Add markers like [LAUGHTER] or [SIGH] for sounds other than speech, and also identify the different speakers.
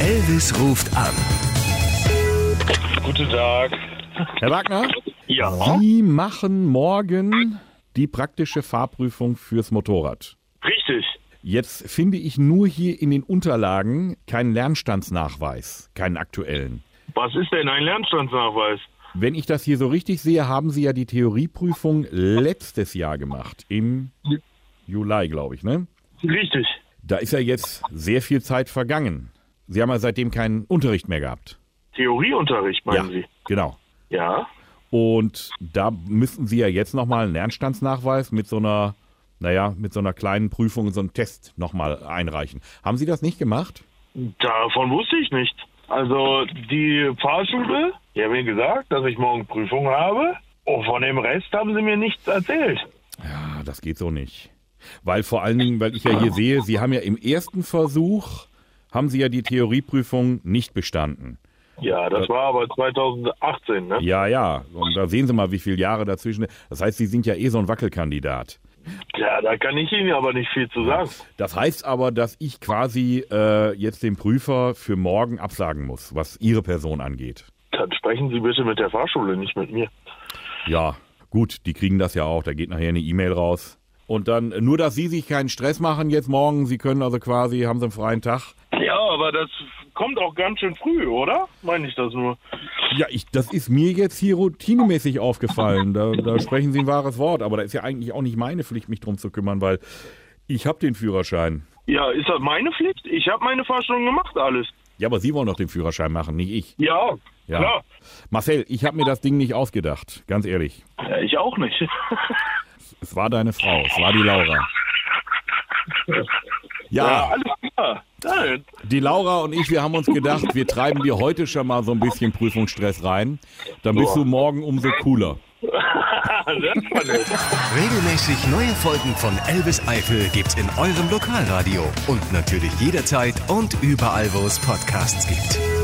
Speaker 1: Elvis ruft an.
Speaker 2: Guten Tag.
Speaker 3: Herr Wagner,
Speaker 2: Ja.
Speaker 3: Sie machen morgen die praktische Fahrprüfung fürs Motorrad.
Speaker 2: Richtig.
Speaker 3: Jetzt finde ich nur hier in den Unterlagen keinen Lernstandsnachweis, keinen aktuellen.
Speaker 2: Was ist denn ein Lernstandsnachweis?
Speaker 3: Wenn ich das hier so richtig sehe, haben Sie ja die Theorieprüfung letztes Jahr gemacht, im Juli, glaube ich, ne?
Speaker 2: Richtig.
Speaker 3: Da ist ja jetzt sehr viel Zeit vergangen. Sie haben ja seitdem keinen Unterricht mehr gehabt.
Speaker 2: Theorieunterricht, meinen
Speaker 3: ja, genau.
Speaker 2: Sie? Ja.
Speaker 3: Und da müssten Sie ja jetzt nochmal einen Lernstandsnachweis mit so einer, naja, mit so einer kleinen Prüfung, so einem Test nochmal einreichen. Haben Sie das nicht gemacht?
Speaker 2: Davon wusste ich nichts. Also die Fahrschule, die haben mir gesagt, dass ich morgen Prüfung habe. Und von dem Rest haben sie mir nichts erzählt.
Speaker 3: Ah, das geht so nicht. Weil vor allen Dingen, weil ich ja hier sehe, Sie haben ja im ersten Versuch, haben Sie ja die Theorieprüfung nicht bestanden.
Speaker 2: Ja, das war aber 2018, ne?
Speaker 3: Ja, ja. Und da sehen Sie mal, wie viele Jahre dazwischen. Das heißt, Sie sind ja eh so ein Wackelkandidat.
Speaker 2: Ja, da kann ich Ihnen aber nicht viel zu sagen.
Speaker 3: Das heißt aber, dass ich quasi äh, jetzt den Prüfer für morgen absagen muss, was Ihre Person angeht.
Speaker 2: Dann sprechen Sie bitte mit der Fahrschule, nicht mit mir.
Speaker 3: Ja, gut, die kriegen das ja auch. Da geht nachher eine E-Mail raus. Und dann, äh, nur dass Sie sich keinen Stress machen jetzt morgen. Sie können also quasi, haben Sie einen freien Tag.
Speaker 2: Ja, aber das kommt auch ganz schön früh, oder? Meine ich das nur.
Speaker 3: Ja, ich, das ist mir jetzt hier routinemäßig aufgefallen. Da, da sprechen Sie ein wahres Wort. Aber da ist ja eigentlich auch nicht meine Pflicht, mich drum zu kümmern, weil ich habe den Führerschein.
Speaker 2: Ja, ist das meine Pflicht? Ich habe meine Fahrstunde gemacht, alles.
Speaker 3: Ja, aber Sie wollen doch den Führerschein machen, nicht ich.
Speaker 2: Ja,
Speaker 3: Ja.
Speaker 2: klar.
Speaker 3: Marcel, ich habe mir das Ding nicht ausgedacht, ganz ehrlich.
Speaker 2: Ja, ich auch nicht. [LAUGHS]
Speaker 3: Es war deine Frau, es war die Laura. Ja,
Speaker 2: Alles klar. Nein.
Speaker 3: die Laura und ich, wir haben uns gedacht, wir treiben dir heute schon mal so ein bisschen Prüfungsstress rein. Dann bist du morgen umso cooler.
Speaker 2: Das war nett.
Speaker 1: Regelmäßig neue Folgen von Elvis Eifel gibt's in eurem Lokalradio und natürlich jederzeit und überall, wo es Podcasts gibt.